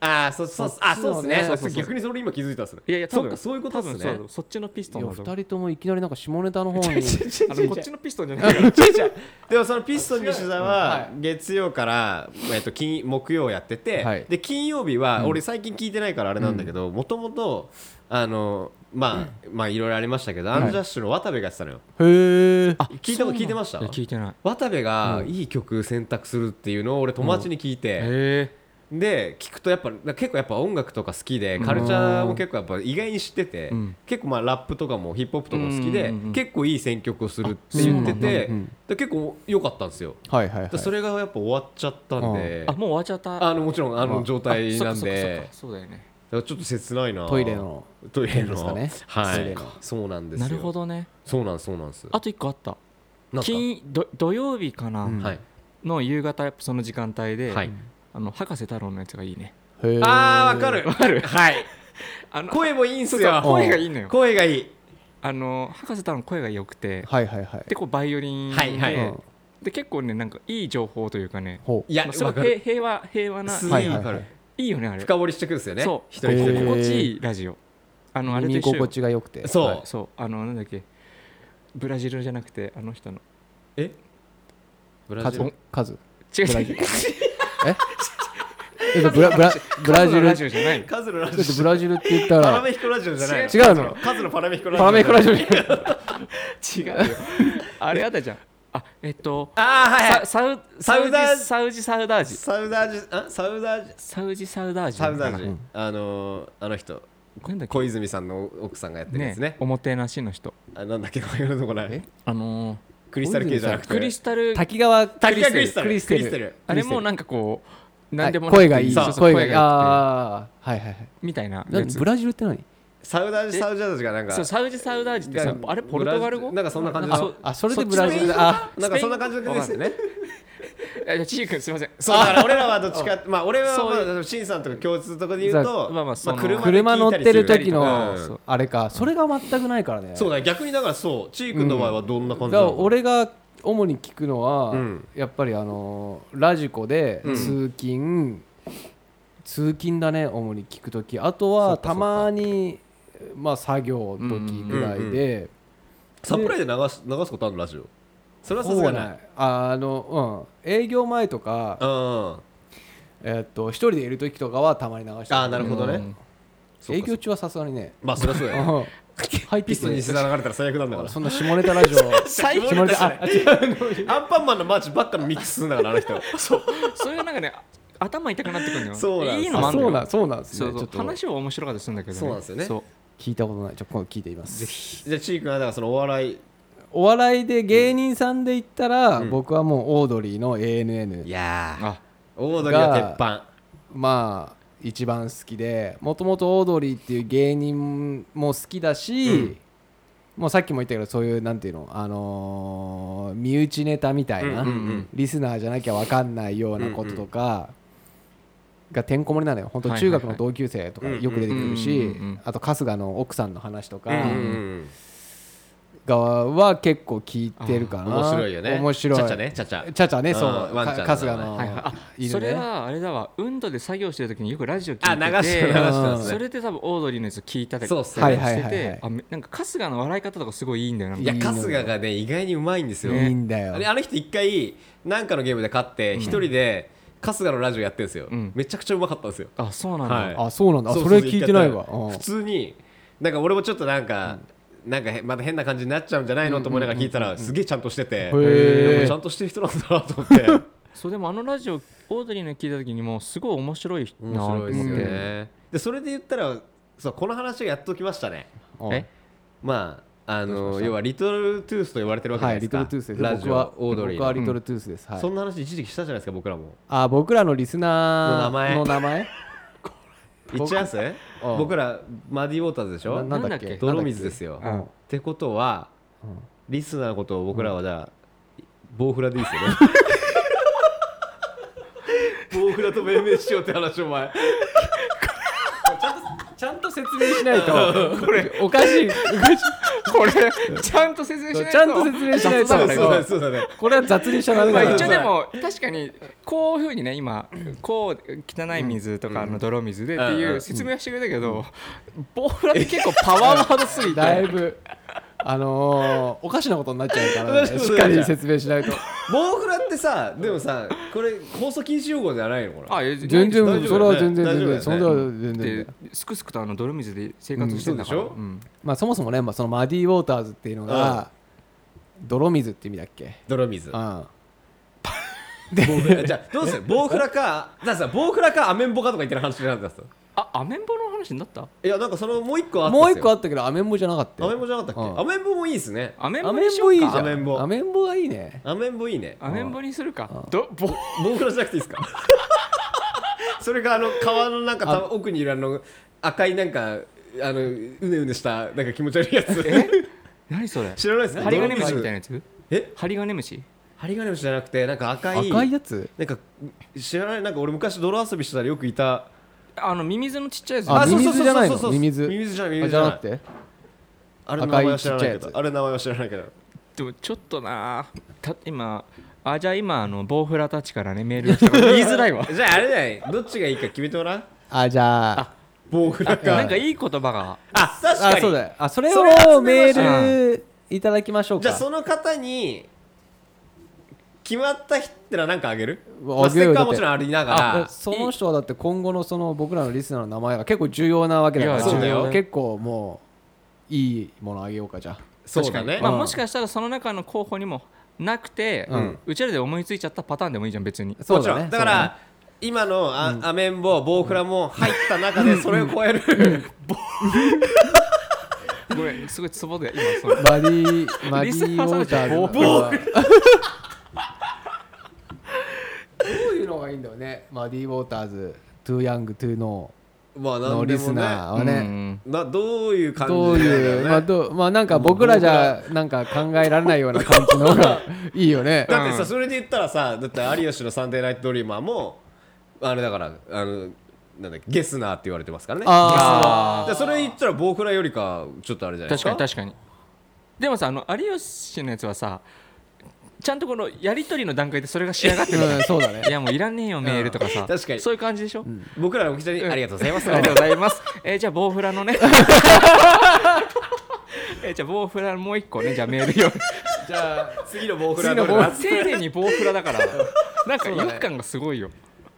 ああそうそうそっちのあそうっすねねそうっすそうそうそう逆にそれ今気づいたっすねいやいや多そっか分そういうことっす多分ねそうそっちのピストいンやだと思う2人ともいきなりなんか下ネタの方にあのこっちのピストンじゃないから違う違うでもそのピストン西田はは月曜から、えっと、金木曜やってて、はいで金曜日は、俺最近聞いてないからあれなんだけどもともとあのまあまあいろいろありましたけど、アンジャッシュの渡部がやってたのよへえ。聞いたこと 聞いてましたいや聞いてない渡部がいい曲選択するっていうのを俺友達に聞いて、へで聞くとやっぱ結構やっぱ音楽とか好きでカルチャーも結構やっぱ意外に知ってて、うん結構まあラップとかもヒップホップとかも好きで、うんうんうん結構いい選曲をするって言ってて、あそうなんだで結構良かったんですよ、はいはいはいで。それがやっぱ終わっちゃったんでえあもう終わっちゃったあのもちろんあの状態なんあそっかそっかそっでかそうだよねだからちょっと切ないなトイレのトイレのですかねはトイいレのそうなんですよなるほどねそうなんですそうなんですあと一個あったなんか金ど土曜日かな、うんはいの夕方やっぱその時間帯で、はいあの博士太郎のやつがいいねへえあーわか。るわかるはいあの声もいいんすそうそうよ声がいいのよ声がいいあの博士太郎の声が良くて、はいはいはい。でこうバイオリンで,、はいはいうんで結構ねなんかいい情報というかねほう。いやまあすごわいか平る平和平和なすはげえいわはいかはるい。いいよねあれ深掘りしてくるんですよねそう一人一へ人ー心地いいラジオあのあれと耳一緒よ心地が良くて。そう、はいそうあのなんだっけブラジルじゃなくてあの人のえブラ数ジル数。違うブ違う ラジルえ？えっとブラブラブラジル。だラっジてオじゃないのカズのラジブオラジルって言ったパラらメヒコラジオじゃない違うのカズのパラメヒコラジオパラメイクラジオ。違うよあれあったじゃんあえっとああはいはサいサウサウダージサウジサウダージサウダージあサウダージサウジサウダージサウダーなジんあのーあの人だっけ小泉さんの奥さんがやってるやねつねおもてなしの人あなんだっけ名前のとこないえあのークリスタル系じゃなくてクリスタル滝川滝川クリスタルクリステルクリステルあれもなんかこう何でもはい声がいい。そうそそうう声声がいいがいい。あああはいはいはい。みたいななやつブラジルって何？サウダージえサウダージがなんかそうサウジサウダージってさなんかあれポルトガル語ブラジルなんかそんな感じのあそうあそれそでっちブラジル。あなんかそんな感じの曲ですよねいやいやちひくんすいませんそうだから俺らはどっちかまあ俺はそういうまあシンさんとか共通のとこで言うとまあまあその車乗ってる時うのんあれか。それが全くないからね。そうだ逆にだからそうちーくんの場合はどんな感じだなかのら俺が主に聞くのは、うんやっぱりあのラジコでうん通勤、通勤だね主に聞く時あとはたまにまあ作業の時ぐらいで、サプライで流す流すことあるのラジオそれはさほすぼがなないいあの、うん、営業前とか、あえーっと一人でいる時とかはたまに流してあーなるほどねうんそう営かそ業うか中はさすが にねまあそりゃそうだようん入ってピきスてトにして流れたら最悪なんだからそんな下ネタラ ジオ最下ネタああ違う アンパンマンのマーチばっかのミックスするんだからあの人そうそれがなんかね頭痛くなってくるのよそうなんですいいのもああんのそうなよんそうなんですそねうそうちょっと話は面白かったりするんだけどそうなんですよねそう聞いたことないちょっと今度聞いてみますじゃあちーくんはだからそのお笑いお笑いで芸人さんで言ったら、うん僕はもうオードリーの ANN やあオードリーは鉄板まあ一番好きでもともとオードリーっていう芸人も好きだし、うんもうさっきも言ったけどそういうなんていうの、あのー身内ネタみたいな、うんうんうんリスナーじゃなきゃ分かんないようなこととかがてんこ盛りなのよ本当中学の同級生とかよく出てくるし、うんうんうんうんあと春日の奥さんの話とか。うんうん側は結構聞いてるかうんな面白いよね面白いちゃちゃねちゃちゃちゃちゃねうんそうワンちゃんのか春日のはいはいあいそるれねはあれだわウンドで作業してる時によくラジオ聞いててあ流してる流してたんですそねれで多分オードリーのやつ聞いたりそうっしすてねはいはいはいはいてあめなんか春日の笑い方とかすごいいいんだよないや春日がね意外にうまいんですいよいんだよあれあの人一回なんかのゲームで勝って一人で春日のラジオやってるんですよ、うんめちゃくちゃうまかったんですよあそうなんだ、はいあそうなんだあうそうれう聞いてない一回やわったうん普通になんか俺もちょっとなんか、なんかへまた変な感じになっちゃうんじゃないのと思いながら聞いたらすげえちゃんとしてて、ーでもちゃんとしてる人なんだなと思って そうでもあのラジオオードリーの聞いた時にもすごい面白いな面と思白っいてですよねでそれで言ったらそうこの話がやっときましたねうんえまああの要はリトルトゥースと言われてるわけじゃはないでいすリか、トルトゥースですラジ僕はオオードリー僕のはリトルトゥースですはいそんな話一時期したじゃないですか僕らもあ僕らのリスナの名前ーの名前言っちゃいますうん僕らマディウォーターズでしょ ななんだっけ泥水ですよ、うんってことはうんリスナーのことを僕らはじゃあ、ボウフラでいいですよねボウフラと命名しようって話お前ちゃんと説明しな いとこれおかしいおかしこれちゃんと説明しないいとちゃんと説明しないとそうそうだそうそうだね これは雑にしちゃダメまあだ一応かでも確かにこういうふうにね今こう汚い水とかあの泥水でってうんいううん 説明はしてくれたけどボーフラって結構パワーワードすぎらだいてぶあのーおかしなことになっちゃうか ら、そうそうそうね、しっかり説明しないとボウフラってさでもさこれ放送禁止用語じゃないのこれあいや全大丈夫然それは全然大全丈夫だよ然、ねそれは全で然すくすくとあの泥水で生活してんだから、うんそうでしょんまあそもそもね、まあ、そのマディウォーターズっていうのが、泥水って意味だっけ泥水うボん ウフラじゃあどうするボウフラかだからさボウフラかアメンボかとか言ってる話になったんですよあアメンボの話になったいやなんかそのもう一個あったもう一個ああったけどアメンボじゃなかったアよメンボじゃなかったっけ、うんアメンボもいいですねアメンアボメにしンよボういいじかゃんアメンボアメンボがいいねアメンボいいねアメンボにするかどぼボウフラじゃなくていいですか それがあの川のなんかた奥にいるあの赤いなんかあのうねうねしたなんか気持ち悪いや つ何それ知らないですか針金虫みたいななやつえ針金虫針金虫じゃなくてなんか赤い赤いやつなんか知らないなんか俺昔泥遊びしてたらよくいたあのミミズのちっちゃいやつあそうそうそうそうミミズじゃないのそうそうそうミミズミミズじゃないミミあズじじゃゃないなくてあれの名前は知らないけ赤いちっちゃいやどつあれの名前は知らないけ どでもちょっとなあた今あじゃあ今あのボウフラたちからねメールが来たから言いづらいわじゃああれだよどっちがいいか決めてもらうあじゃあボウフラかなんかいい言葉があ確かあにそうだよあそれそれはを集めまメしょうールいただきましょうかじゃあその方に決まった人ってのは何かあげるわまああスげテよッうカーよはもちろんありながあらその人はだって今後のその僕らのリスナーの名前が結構重要なわけだからいやそうだよ結構もういいものあげようかじゃあそうだねまあ、うんもしかしたらその中の候補にもなくて、ううんちらで思いついちゃったパターンでもいいじゃん別にもそうちろだんねだから今のあアメンボボウフラも入った中でそれを超える ごめんすごいツボで今 そのマディマデリィスナウーさんォーターズのボどういうのがいいんだよねマディウォーターズトゥーヤングトゥーノ まあーの何でリスもナねーはうねんなどういう感じどうなんだろいううねまあどうまあなんか僕らじゃなんか考えられないような感じの方 がいいよねだってうさんそれで言ったらさだって有吉の「サンデーナイトドリーマーも」あれだからあのなんだっけゲスナーって言われてますからねあーゲスナーだからそれ言ったら僕らよりかちょっとあれじゃないで確すかかに確かにでもさあの有吉のやつはさちゃんとこのやり取りの段階でそれが仕上がってるうんそうだいねやもういらねえよメールとかさ確かにそういう感じでしょ、う僕らのお口にありがとうございますありがとうございます、えーじゃあボウフラ のねえーじゃあボウフラもう一個ねじゃあメールよ じゃあ次のボウフラ次どのれボウフだラ丁寧にボウフラだからなんか意欲感がすごいよ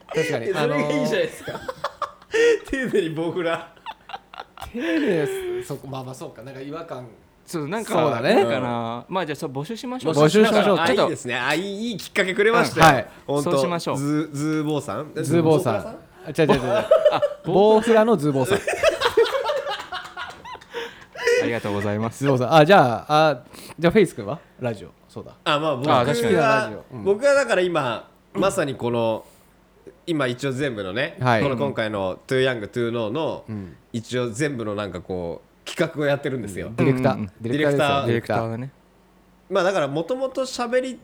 確かにえそれがいいじゃないですか 丁寧にボウフラ丁寧ですそこまあまあそうかなんか違和感そうなんかそうだねなんかなまあじゃあそう募集しましょう募集しましょうあちょっといいですねあいいいいきっかけくれましたよ、うんはい本当そうしましょうズズーボーさんズーボーさんズあ違う違う違うボーフラのズーボーさんありがとうございますズーボーさんあじゃああじゃあフェイス君はラジオそうだあまあ僕あ確かにラはジオうん僕はだから今まさにこの今一応全部のね、はいこの今回の「TOYOUNG」「TONO」のん一応全部のなんかこう企画をやってるんですよ、ディレクタうんうんーディレクタデーィですよレクターだねまあだからもともとしゃべり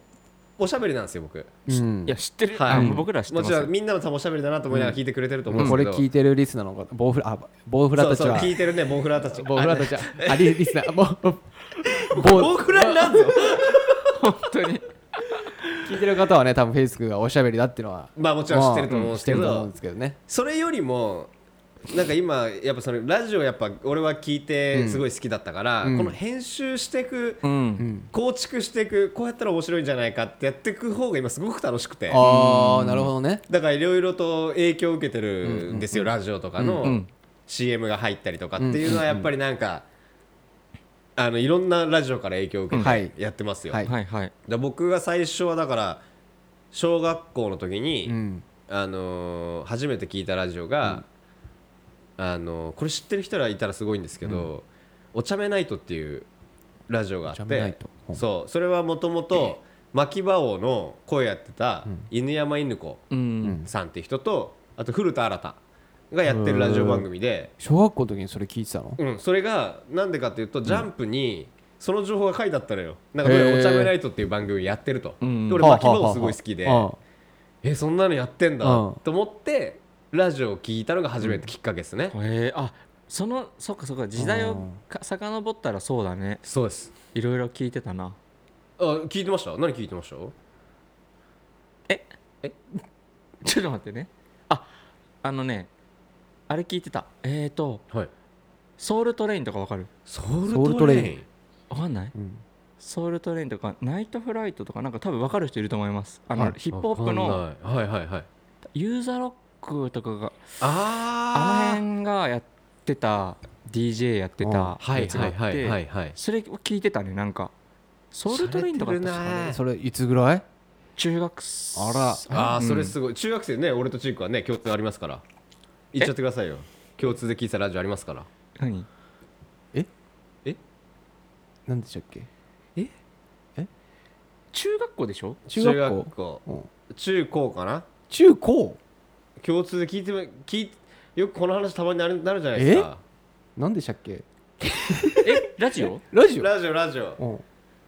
おしゃべりなんですよ僕うんいや知ってる、はいあもう僕らは知ってもますちろんみんなの多分おしゃべりだなと思いながら聞いてくれてると思うんこですれけど、聞いてるリスナーの方ボーフラあボーフラそうたちそうは聞いてるねボンフラーたちボーフラたちはあリリス ナーボーボボンーフラーなんぞ本当に聞いてる方はね多分フェイス君がおしゃべりだっていうのはまあもちろん知ってると思うんまあですけど知ってると思うんですけどねそれよりもなんか今やっぱそのラジオやっぱ俺は聞いてすごい好きだったから、この編集していく、うん構築していくこうやったら面白いんじゃないかってやっていく方が今すごく楽しくてああなるほどねだからいろいろと影響を受けてるんですよ、ラジオとかうんうのん CM が入ったりとかっていうのはやっぱりなんか、あのいろんなラジオから影響を受けはいてやってますよ、はい はいはいだ僕が最初はだから小学校の時に、うんあのー初めて聞いたラジオが、あのーこれ知ってる人らいたらすごいんですけど「お茶目ナイト」っていうラジオがあっお茶目ナイてトほうそうそれはもともと牧場王の声やってた犬山犬子うん、さんって人とあと古田新太がやってるラジオ番組で、小学校の時にそれ聞いてたのうん、それがなんでかっていうとジャンプにその情報が書いてあったのよ「なんかどれへーお茶目ナイト」っていう番組やってると、うんで俺牧場王すごい好きで。はあはあはあえそんなのやってんだ、うんと思ってラジオを聞いたのが初めてきっかけですね、えー、あそのそっかそっか時代をか遡ったらそうだねそうですいろいろ聞いてたなあ聞いてました何聞いてましたちょっと待ってねああのねあれ聞いてたえーとはいソウルトレインとかわかるソウソウルトレインンあわかんないうんソウルトレインとかナイトフライトとかなんか多分分かる人いると思いますあの、はいヒップホップのわかんないはいはいはいユーザーロックとかがああの辺がやってた DJ やってたーはやいつがはあいって、はいはいはいそれを聞いてたねなんかソウルトレインとかだったっすかされてるねねそれいつぐらい中学生あらああうんそれすごい中学生ね俺とチークはね共通ありますから言っちゃってくださいよ共通で聞いてたラジオありますから何何でしたっけ中学校でしょ中学校校うん中高かな中高共通で聞いても聞いよくこの話たまになるなるじゃないですか何でしたっけえラジオラジオラジオラジオうん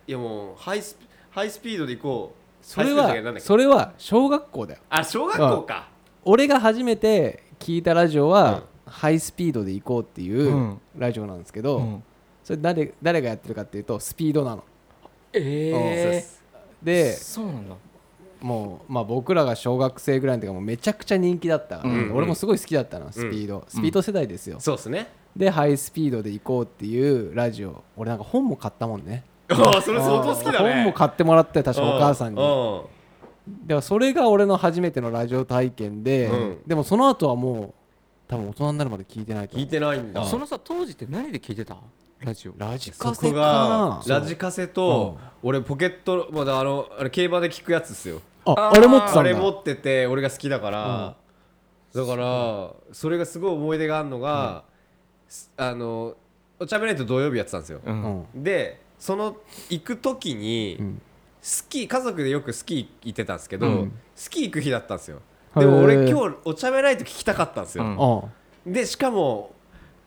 いやもうハイスピハイスピードで行こうそれハイスピードじゃないなんはだっけそれは小学校だよあ小学校か俺が初めて聞いたラジオは、ハイスピードで行こうっていううんラジオなんですけど、うんそれ誰誰がやってるかっていうとスピードなのそうでえすえでそうなんだもう、まあ、僕らが小学生ぐらいの時はもうめちゃくちゃ人気だったから、うん俺もすごい好きだったのスピード、スピード世代ですよ、そうですねでハイスピードで行こうっていうラジオ俺なんか本も買ったもんねああそれ相当好きだね本も買ってもらって確かお母さんにうでもそれが俺の初めてのラジオ体験で、うんでもその後はもう多分大人になるまで聞いてないと聞思いうてないんだそのさ当時って何で聞いてたラジオラジそカセこかがなラジカセと俺ポケットまだあのあれ競馬で聞くやつっすよああれ持ってたんだあれ持ってて俺が好きだから、だからそれがすごい思い出があるのが、すあのお茶目ネット土曜日やってたんですよ、うんうんでその行く時に、んスキー家族でよくスキー行ってたんですけど、うんスキー行く日だったんですよへーでも俺今日お茶目ライト聞きたかったんですよ、うんあでしかも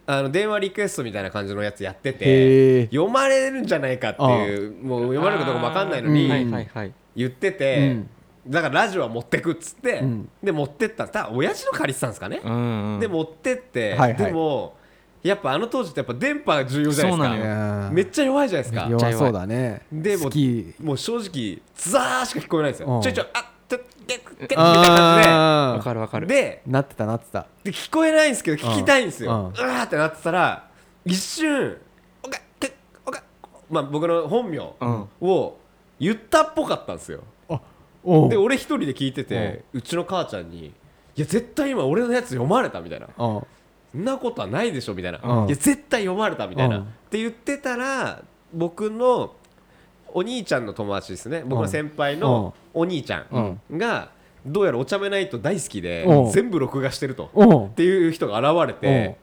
あの電話リクエストみたいな感じのやつやってへーて読まれるんじゃないかっていうもう読まれるかどうか分かんないのあに、ーはいはいはい言ってて、だからラジオは持ってくっつって、うんで持ってったただ親父の借りてたんですかねう、んうんで持ってって、はいはいでもやっぱあの当時ってやっぱ電波が重要じゃないですそうかなのよあめっちゃ弱いじゃないですか弱そうだねでも好きもう正直ザーしか聞こえないんですよ、うんちょいちょいあっとっけっけっみたいな感わあかるわかじるでで なってたなってたで聞こえないんですけど聞きたいんですよ、ううんうんわーってなってたら一瞬おかけおかまあ僕の本名うんを言ったっぽかったんですよ、おで俺一人で聞いてて、うちの母ちゃんに「いや絶対今俺のやつ読まれた」みたいな「おそんなことはないでしょ」みたいな「うんいや絶対読まれた」みたいな、うんって言ってたら僕のお兄ちゃんの友達ですね僕の先輩のお兄ちゃんが、どうやらお茶目ないと大好きで、うん全部録画してると、おっていう人が現れて、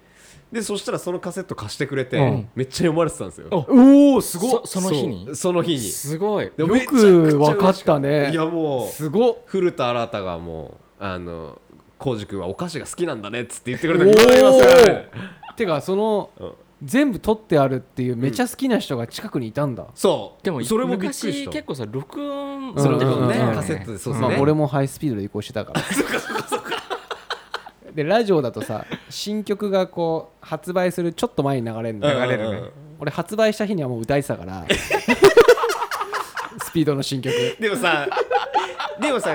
でそしたらそのカセット貸してくれて、うんめっちゃ読まれてたんですよ、おおおすごっそその日にそうその日にすごいでよくめちゃくちゃ嬉しわかったねいやもうすごっ古田新太がもうあの浩二君はお菓子が好きなんだねっつって言ってくれたお言われますからねーてかそのうん全部撮ってあるっていうめちゃ好きな人が近くにいたんだそうでもそれもびっくりし昔た結構さ録音それ録音録音ねうんカセットでそうですまあね俺もハイスピードで移行し てたからでラジオだとさ新曲がこう発売するちょっと前に流れるのうんうんうん流れるね俺発売した日にはもう歌いてたから スピードの新曲でもさ でもさ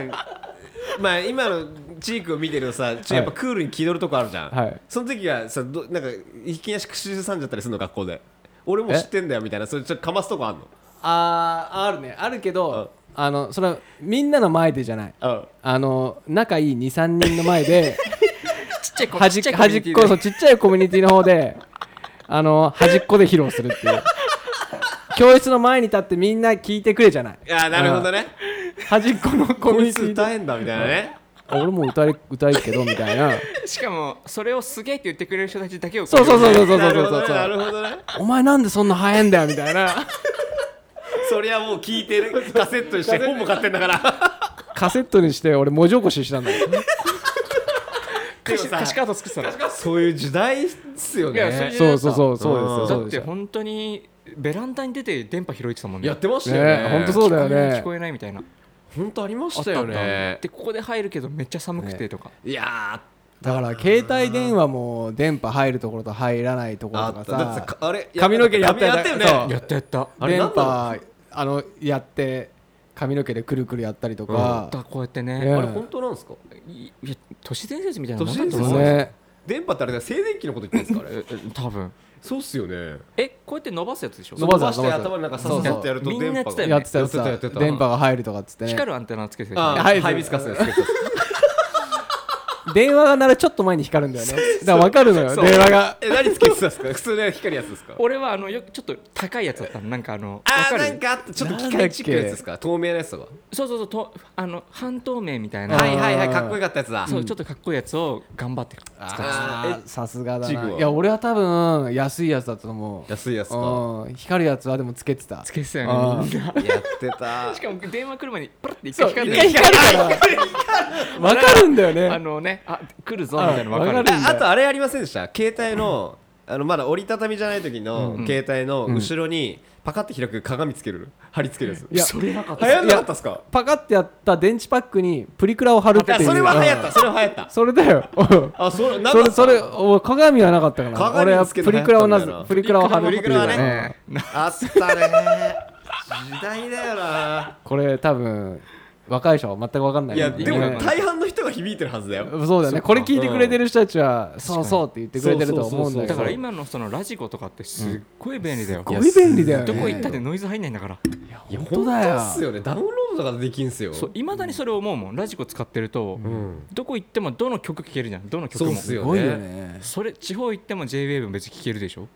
まあ今のチークを見てるとさちょやっぱクールに気取るとこあるじゃん、はいその時はさどなんかいきなし口ずさんじゃったりするの学校で俺も知ってんだよみたいなそれちょっとかますとこあんのあーあるねあるけどあのそれはみんなの前でじゃないうんあの仲いい23人の前 でちっちゃい子端っ端っこそうちっちゃいコミュニティの方であの端っこで披露するっていう教室の前に立ってみんな聞いてくれじゃないああなるほどね端っこのコこミュいニテつィで歌えんだみたいなね俺も歌い歌いけどみたい なしかもそれをすげえって言ってくれる人たちだけをそうそうそうそうそうなそうるそほうどねなるほどねお前なんでそんな早いんだよみたいなそりゃもう聞いてるカセットにして本も買ってんだからカセットにして俺文字起こししたんだよでも歌詞さ歌詞カード作ってたのだそういう時代っすよいやそねれ。そうそうそうそうですよそうっですてよ本当にベランダに出て電波拾えてたもんねやってましたよねね。本当そうだ聞よねこえないみたいな本当ありまあしったたよあったねで。ここで入るけどめっちゃ寒くてとかいやだから携帯電話も電波入るところと入らないとーころあとかっただってささあれ髪の毛やったよね髪やそようね。やったやったあれ電なんだろう波あのやって髪の毛でくるくるやったりとあかったこうやってねねあれ本当なんですか。いいや都市伝説みたいなの都市なん伝だ説ろうねなね電波ってあれだよ静電気のこと言ってるんですかあれええ多分そうっすよねえこうやって伸ばすやつでしょ伸ばす伸ばして伸ばす頭になんか刺さってやるそとうそう電波みんながややっっててたたややつつだ電電波が入るとかっつってね光るアンテナつけてたあーよねはいそうハイビスカスです電話が鳴るちょっと前に光るんだよねだから分かるのよそう電話がえ何つけてたんですか普通の光るやつですか俺はあのよちょっと高いやつだったのなんかあのあーわなるんかあったちょっと機械チックなやつですか透明なやつとそうそうそうとあの半透明みたいかな、はいはいはいかっこよかったやつだそうちょっとかっこいいやつを頑張ってああーさすがだジグはないや俺は多分安いやつだと思ー安いやつかううん光るやつはでもつけてたつけてたよあねーみんなやってたしかも電話来る前にパラって一そう回一回光る光るから分かるんだよあねのねあ来るぞみたいなの分かるあわかるああとあれありませんでした携帯のあのまだ折りたたみじゃない時の携帯の後ろにパカって開く鏡つける貼り付けるやついやそれなかった流行んなかったっすかパカってやった電池パックにプリクラを貼るっいていやうそれは流行っうたんそれは流行ったそれ だようんあそれなんそかれそれお鏡はなかったから鏡俺はつけプて流行っリクラたをんだよなずなプリクラを貼るっていうプリクラねうんあったね時代だよなこれ多分若い人は全く分かんないいやで意味もわかんない大半の人が響いてるはずだよそうだよねこれ聞いてくれてる人たちはそうそうって言ってくれてると思うんだけどだから今のそのラジコとかってすっごい便利だよ、すごい便利だよねどこ行ったってノイズ入んないんだからいや本当だよ本っすよねダウンロードとかできんすよそういまだにそれ思うもんラジコ使ってると、んどこ行ってもどの曲聴けるじゃんどの曲そうっもすよすごいよねねそれ地方行っても JWAVE も別に聴けるでしょ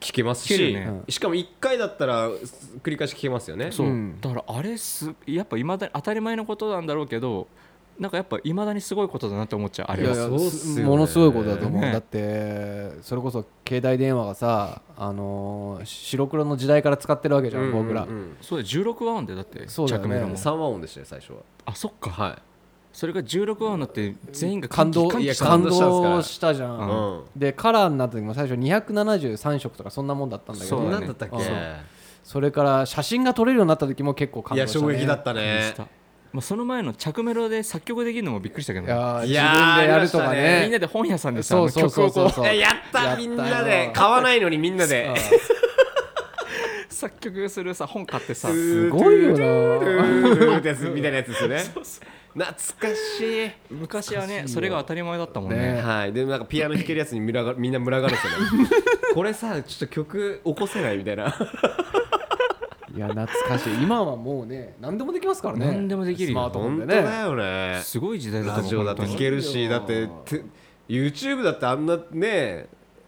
聞けます聞けしるねしかも1回だったら繰り返し聞けますよねそう、うんだからあれすやっぱいまだに当たり前のことなんだろうけどなんかやっぱいまだにすごいことだなって思っちゃうあいれやはいやそうっすよねものすごいことだと思う、ねだってそれこそ携帯電話がさ、あのー白黒の時代から使ってるわけじゃん、僕ら、そうだよ16話音でだってそうだよ着ねメロも3和音でしたよ最初はあそっかはそれが16話になって全員が感動歓喜歓喜感動したじゃいん、うんでカラーになった時も最初273色とかそんなもんだったんだけどそそ,、うだねなんだったっけそうれから写真が撮れるようになった時も結構感い動やした、ね、衝撃だったでねしたまあ、その前の着メロで作曲できるのもびっくりしたけどいねやーいやー自分でやるとかあねみんなで本屋さんでさあそのうそう曲そうをそうこそうえやったみんなで買わないのにみんなでう作曲するさ本買ってさすごいよなみたいなやつですよね懐かし昔はねそれが当たり前だったもんねいねはいでなんかピアノ弾けるやつ にみらがみんな群がるんですよねこれさちょっと曲起こせないみたいないや懐かしい今はもうね何でもできますからね何でもできるよスマートフォ本ン当でだねよねすごい時代だったラジオだって本当聞にけるしだってて YouTube だってあんなね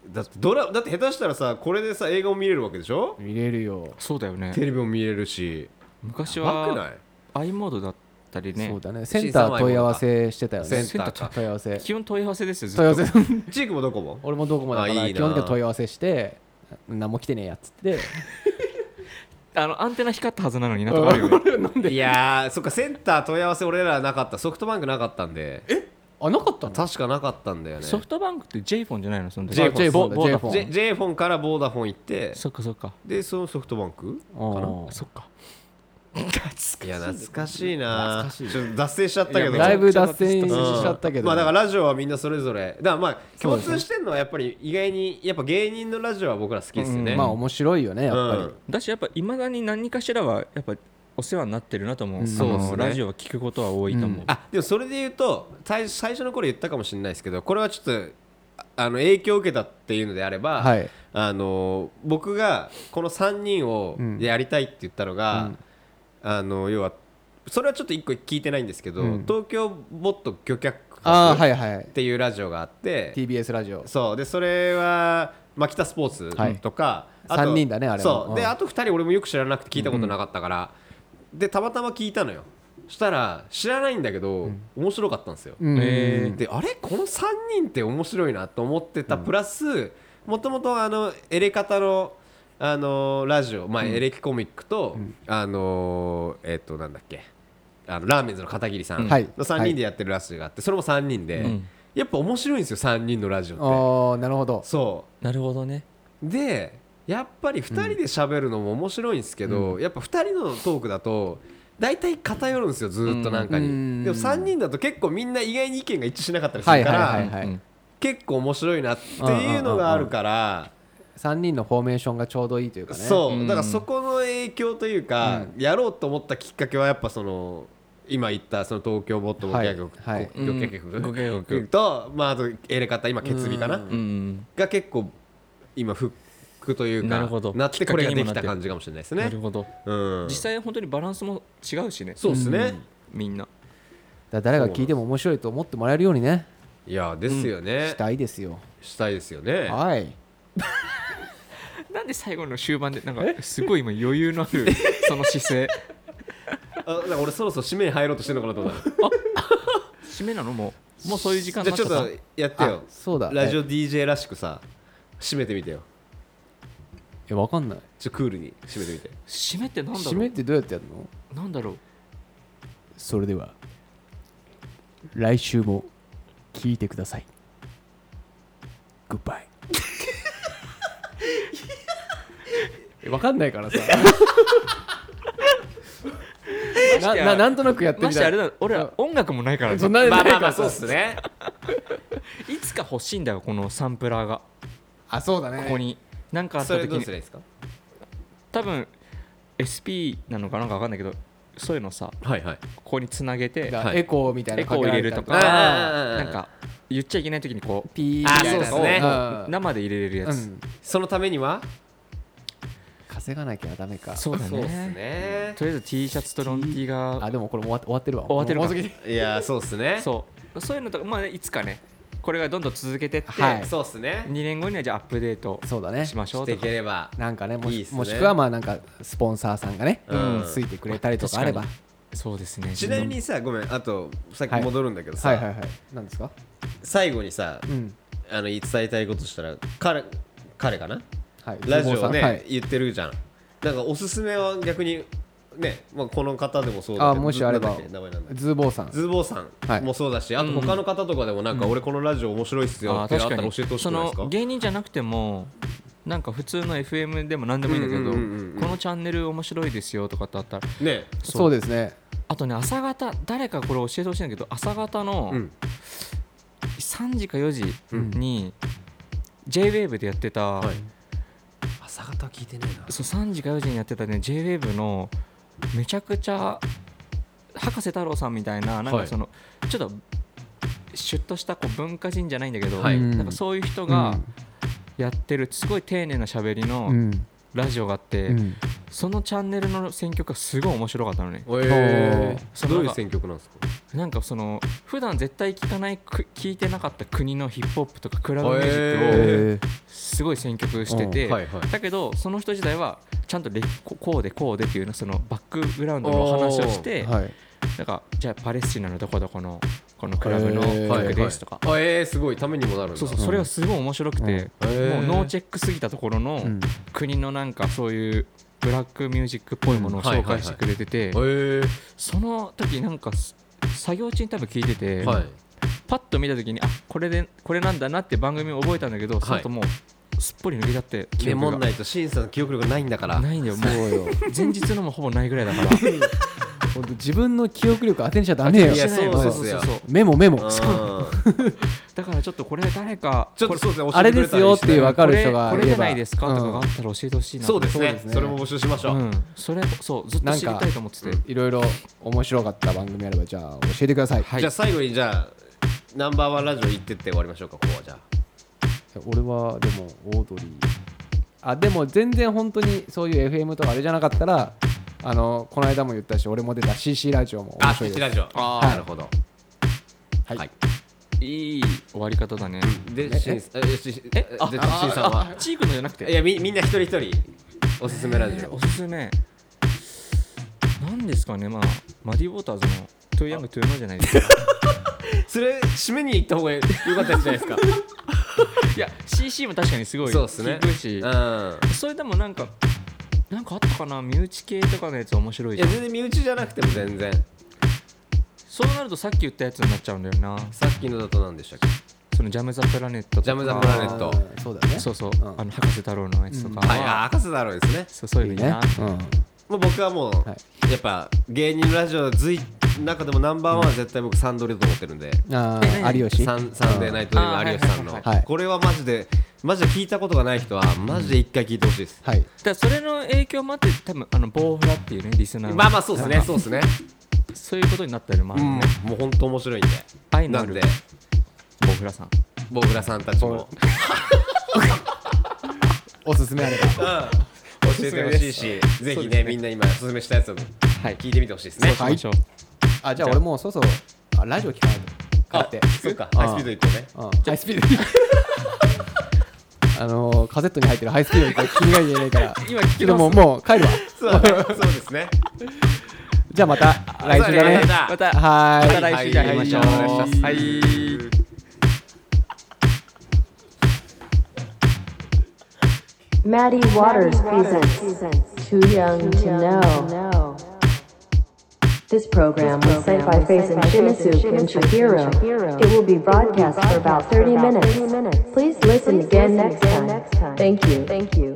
だってドラだって下手したらさこれでさ映画も見れるわけでしょ見れるよそうだよねテレビも見れるし昔やばくなはい i モードだったりねそうだねセンター問い合わせしてたよセねンターか問い合わせ基本問い合わせですよずっ問い合わと せチークもどこも俺もどこもだかあいいらな基本的に問い合わせして何も来てねえやっつ ってあのアンテナ光ったはずなのになとかあるよねいやーそっかセンター問い合わせ俺らなかったソフトバンクなかったんであなかったの確かなかったんだよねソフトバンクって J フォンじゃないのその時 J フォン J フォンだボー J ダフォン J, J フォンからボーダフォン行ってそっかそっかでそのソフトバンクうんそっかいや懐かしいな懐かしいちょっと脱線しちゃったけどだいぶ脱線しちゃったけうんどまあだからラジオはみんなそれぞれだからまあそ共うですね通してんのはやっぱり意外にやっぱ芸人のラジオは僕ら好きですよね、まあ面白いよねやっぱうりんだしやっぱいまだに何かしらはやっぱお世話になってるなと思う、んあのそうっすねラジオは聞くことは多いと思う、あでもそれで言うと最最初の頃言ったかもしれないですけどこれはちょっとああの影響を受けたっていうのであれば、はいあの僕がこの3人をうんでやりたいって言ったのが、うんあの要はそれはちょっと1個聞いてないんですけど、うん東京ボット漁客ああは博いはいっていうラジオがあって、 TBS ラジオそうでそれは牧田スポーはいツとか、あと三人だねあれもそうでうんあと2人俺もよく知らなくて聞いたことなかったから、でたまたま聞いたのよしたら知らないんだけど、面白かったんですよ、うんえであれこの3人って面白いなと思ってた、プラスもともとあのエレ方のあのラジオ、まあ、エレキコミックと、あのえっ、となんだっけあのラーメンズの片桐さんのはい3人でやってるラジオがあって、それも3人で、うんやっぱ面白いんですよ3人のラジオってああなるほどそなるほどねうでやっぱり2人で喋るのも面白いんですけど、やっぱ2人のトークだと大体偏るんですよずーっとなんかに、うんでも3人だと結構みんな意外に意見が一致しなかったりするから、はいはいはいうん結構面白いなっていうのがあるから、三人のフォーメーションがちょうどいいというかねそううんだからそこの影響というか、やろうと思ったきっかけはやっぱその今言ったその東京ボットはい5はいうんご計画と、まあ、あとエレカタ今決備かなうんうんが結構今フックというかなるほどなってこれができきったかけにもなって感じかもしれないですなねる。ほどうん実際本当にバランスも違うしねそうですね、うんみんなら誰が聞いても面白いと思ってもらえるようにねいやですよね、したいですよしたいですよね。はいなんで最後の終盤でなんかすごい今余裕のあるその姿勢あなんか俺そろそろ締めに入ろうとしてるのかなと思った。締めなのもうもうそういう時間にじゃなあっちょっちゃったとやってよあ。そうだラジオ DJ らしくさ締めてみてよ。えわかんないちょっとクールに締めてみて。締めってなんだ締ろめっうてどうやってやるのなんだろうそれでは来週も聞いてくださいグッバイ えわかんないからさなななんとなくやってまみしてたあいれだ俺ら音楽もないからねそんなまあなまいあかまらあそうさっすね。いつか欲しいんだよこのサンプラーがあそうだねここに何かあっそたれ時どうすれにばいいですか。多分 SP なのかなんかわかんないけどそういうのさはいはい。ここにつなげてがはいエコーみたいなエコーを入れるとかあーなんか言っちゃいけない時にこうピーみあたいそうっなすねうん生で入れれるやつ、うんそのためには。稼がなきゃダメかそうだねそうっすね。とりあえず T シャツとロン T あがでもこれもう終わ終わってるわ終わってるかもうもうすぐいやそうっすね。そうそういうのとかまあねいつかねこれがどんどん続けてって、はいそうっすね2。年後にはじゃあアップデートそうだねしましょしうてといければ。なんかねもしいいっすねもしくはまあなんかスポンサーさんがね、うんついてくれたりとかあれば確そうですねちなみにさごめんあとさっきはい戻るんだけどさ、はいはいはいなんですか最後にさうんあの伝えたいことしたら彼彼かなはいラジズボンさオんね、はい言ってるじゃんなんかおすすめは逆にね、まあ、この方でもそうだけあどもしあればなんだっけ名前なんだっけズーボーさんズボーさんもそうだし、あと他の方とかでもなんか、俺このラジオ面白いっすよあってあった確らか教えにてほしそくないですのか芸人じゃなくてもなんか普通の FM でも何でもいいんだけど、うんうんうんうんこのチャンネル面白いですよとかってあったらねそうそうですねあとね朝方誰かこれ教えてほしいんだけど朝方のうん3時か4時に JWAVE でやってた、はい朝方聞いてねえなそう3時か4時にやってたね JWAVE のめちゃくちゃ博士太郎さんみたいななんはかいその、ちょっとシュッとしたこう文化人じゃないんだけど、はいなんかそういう人がやってるすごい丁寧な喋りうのんラジオがあって、うんそのチャンネルの選曲がすごい面白かったのねえそうどういう選曲なんですかなんかその普段絶対聞かないく聞いてなかった国のヒップホップとかクラブミュージへックをーえーすごい選曲してうてんはいはいだけどその人自体はちゃんとレここうでこうでっていうのそのバックグラウンドの話をしてはいなんかじゃあパレスチナのどこどこのこのクラブのへー曲ですとかあえー、すごいためにもなるんだそうそうそれがすごい面白くてうんへーもうノーチェックすぎたところのうん国のなんかそういうブラックミュージックっぽいものを紹介してくれててえその時なんかす作業中に多分聞いててー、はいパッと見た時にあこれでこれなんだなって番組を覚えたんだけどその後もうすっぽり抜けちゃって記メ憶モがんないと審査の記憶力ないんだからないんだよもうそうよ前日のもほぼないぐらいだからほんと自分の記憶力当てにしちゃダメよいやしてないそうでそうそすうよそうそうメモメモうんだからちょっとこれ誰かちょっとそうですね、あれですよっていうわ分かる人がこれこれじいれゃばないですかとかがあうっんたら教えてほしいなそうですそうねですねそれも募集しましょう、うんそれそうずっと知りたいと思ってていろいろ面白かった番組あればじゃあ教えてくださいはいじゃあ最後にじゃあナンバーワンラジオ行ってって終わりましょうかここはじゃあ俺はでもオードリーあでも全然本当にそういう FM とかあれじゃなかったらあのこの間も言ったし俺も出た CC ラジオも面あ白いっですラジオあーなるほどはいはいいい終わり方だねでしんえしえであしんさんはチークのじゃなくいてやみみんな一人一人おすすめラジえーオおすすめなんですかねまあマディウォーターズのトゥーヤングトゥーノじゃないですかそれ締めに行った方がよかったんじゃないですかいや CC も確かにすごい そうですね聞くしうんそれでもなんかなんかあったかな身内系とかのやつ面白いいじゃやん全然身内じゃなくても全然そうなるとさっき言ったやつになっちゃうんだよなさっきのだと何でしたっけそのジャム・ザ・プラネットとかジャムザプラネットあーそうだよねそうそう、うんあの博士太郎のやつとかはいあ赤瀬だろうですねそうそういういのいいいねな、うんもう僕はもう、はやっぱ芸人ラジオずい中でもナンバーワンは絶対僕サンドリだと思ってるんで、あえー何有吉サンサンデーナイトドリーあムー有吉さんの、はいはいはいこれはマジでマジで聞いたことがない人はマジで一回聞いてほしいです、はいだからそれの影響もあって多分あのボーフラっていうねリスナーがまあまあそうですねそうですねそういうことになったりもあるね、もう本当面白いんで愛のなあんるでボウフラさんボウフラさんたちもおすすめあれば教えてほしいしぜひねみんな今おすすめしたやつをはい聞いてみてほしいですそねうしましょう、あじゃあ俺もうそろそろあラジオ聞かないと買あってそっかハイスピード行こうねうんハイスピード にあのーカセットに入ってるハイスピードにこれ君が言えないから 今聞きけどまもうもう帰るわ そうだねそうですねじゃあまた来週だねそうだまたはーまいた来週会いましょう、はいお願いしますはい Maddie Waters presents Too Young to Know. This program was sent by Faith and Shimizu and Shapiro. It will be broadcast for about 30 minutes. Please listen again next time. Thank you. Thank you.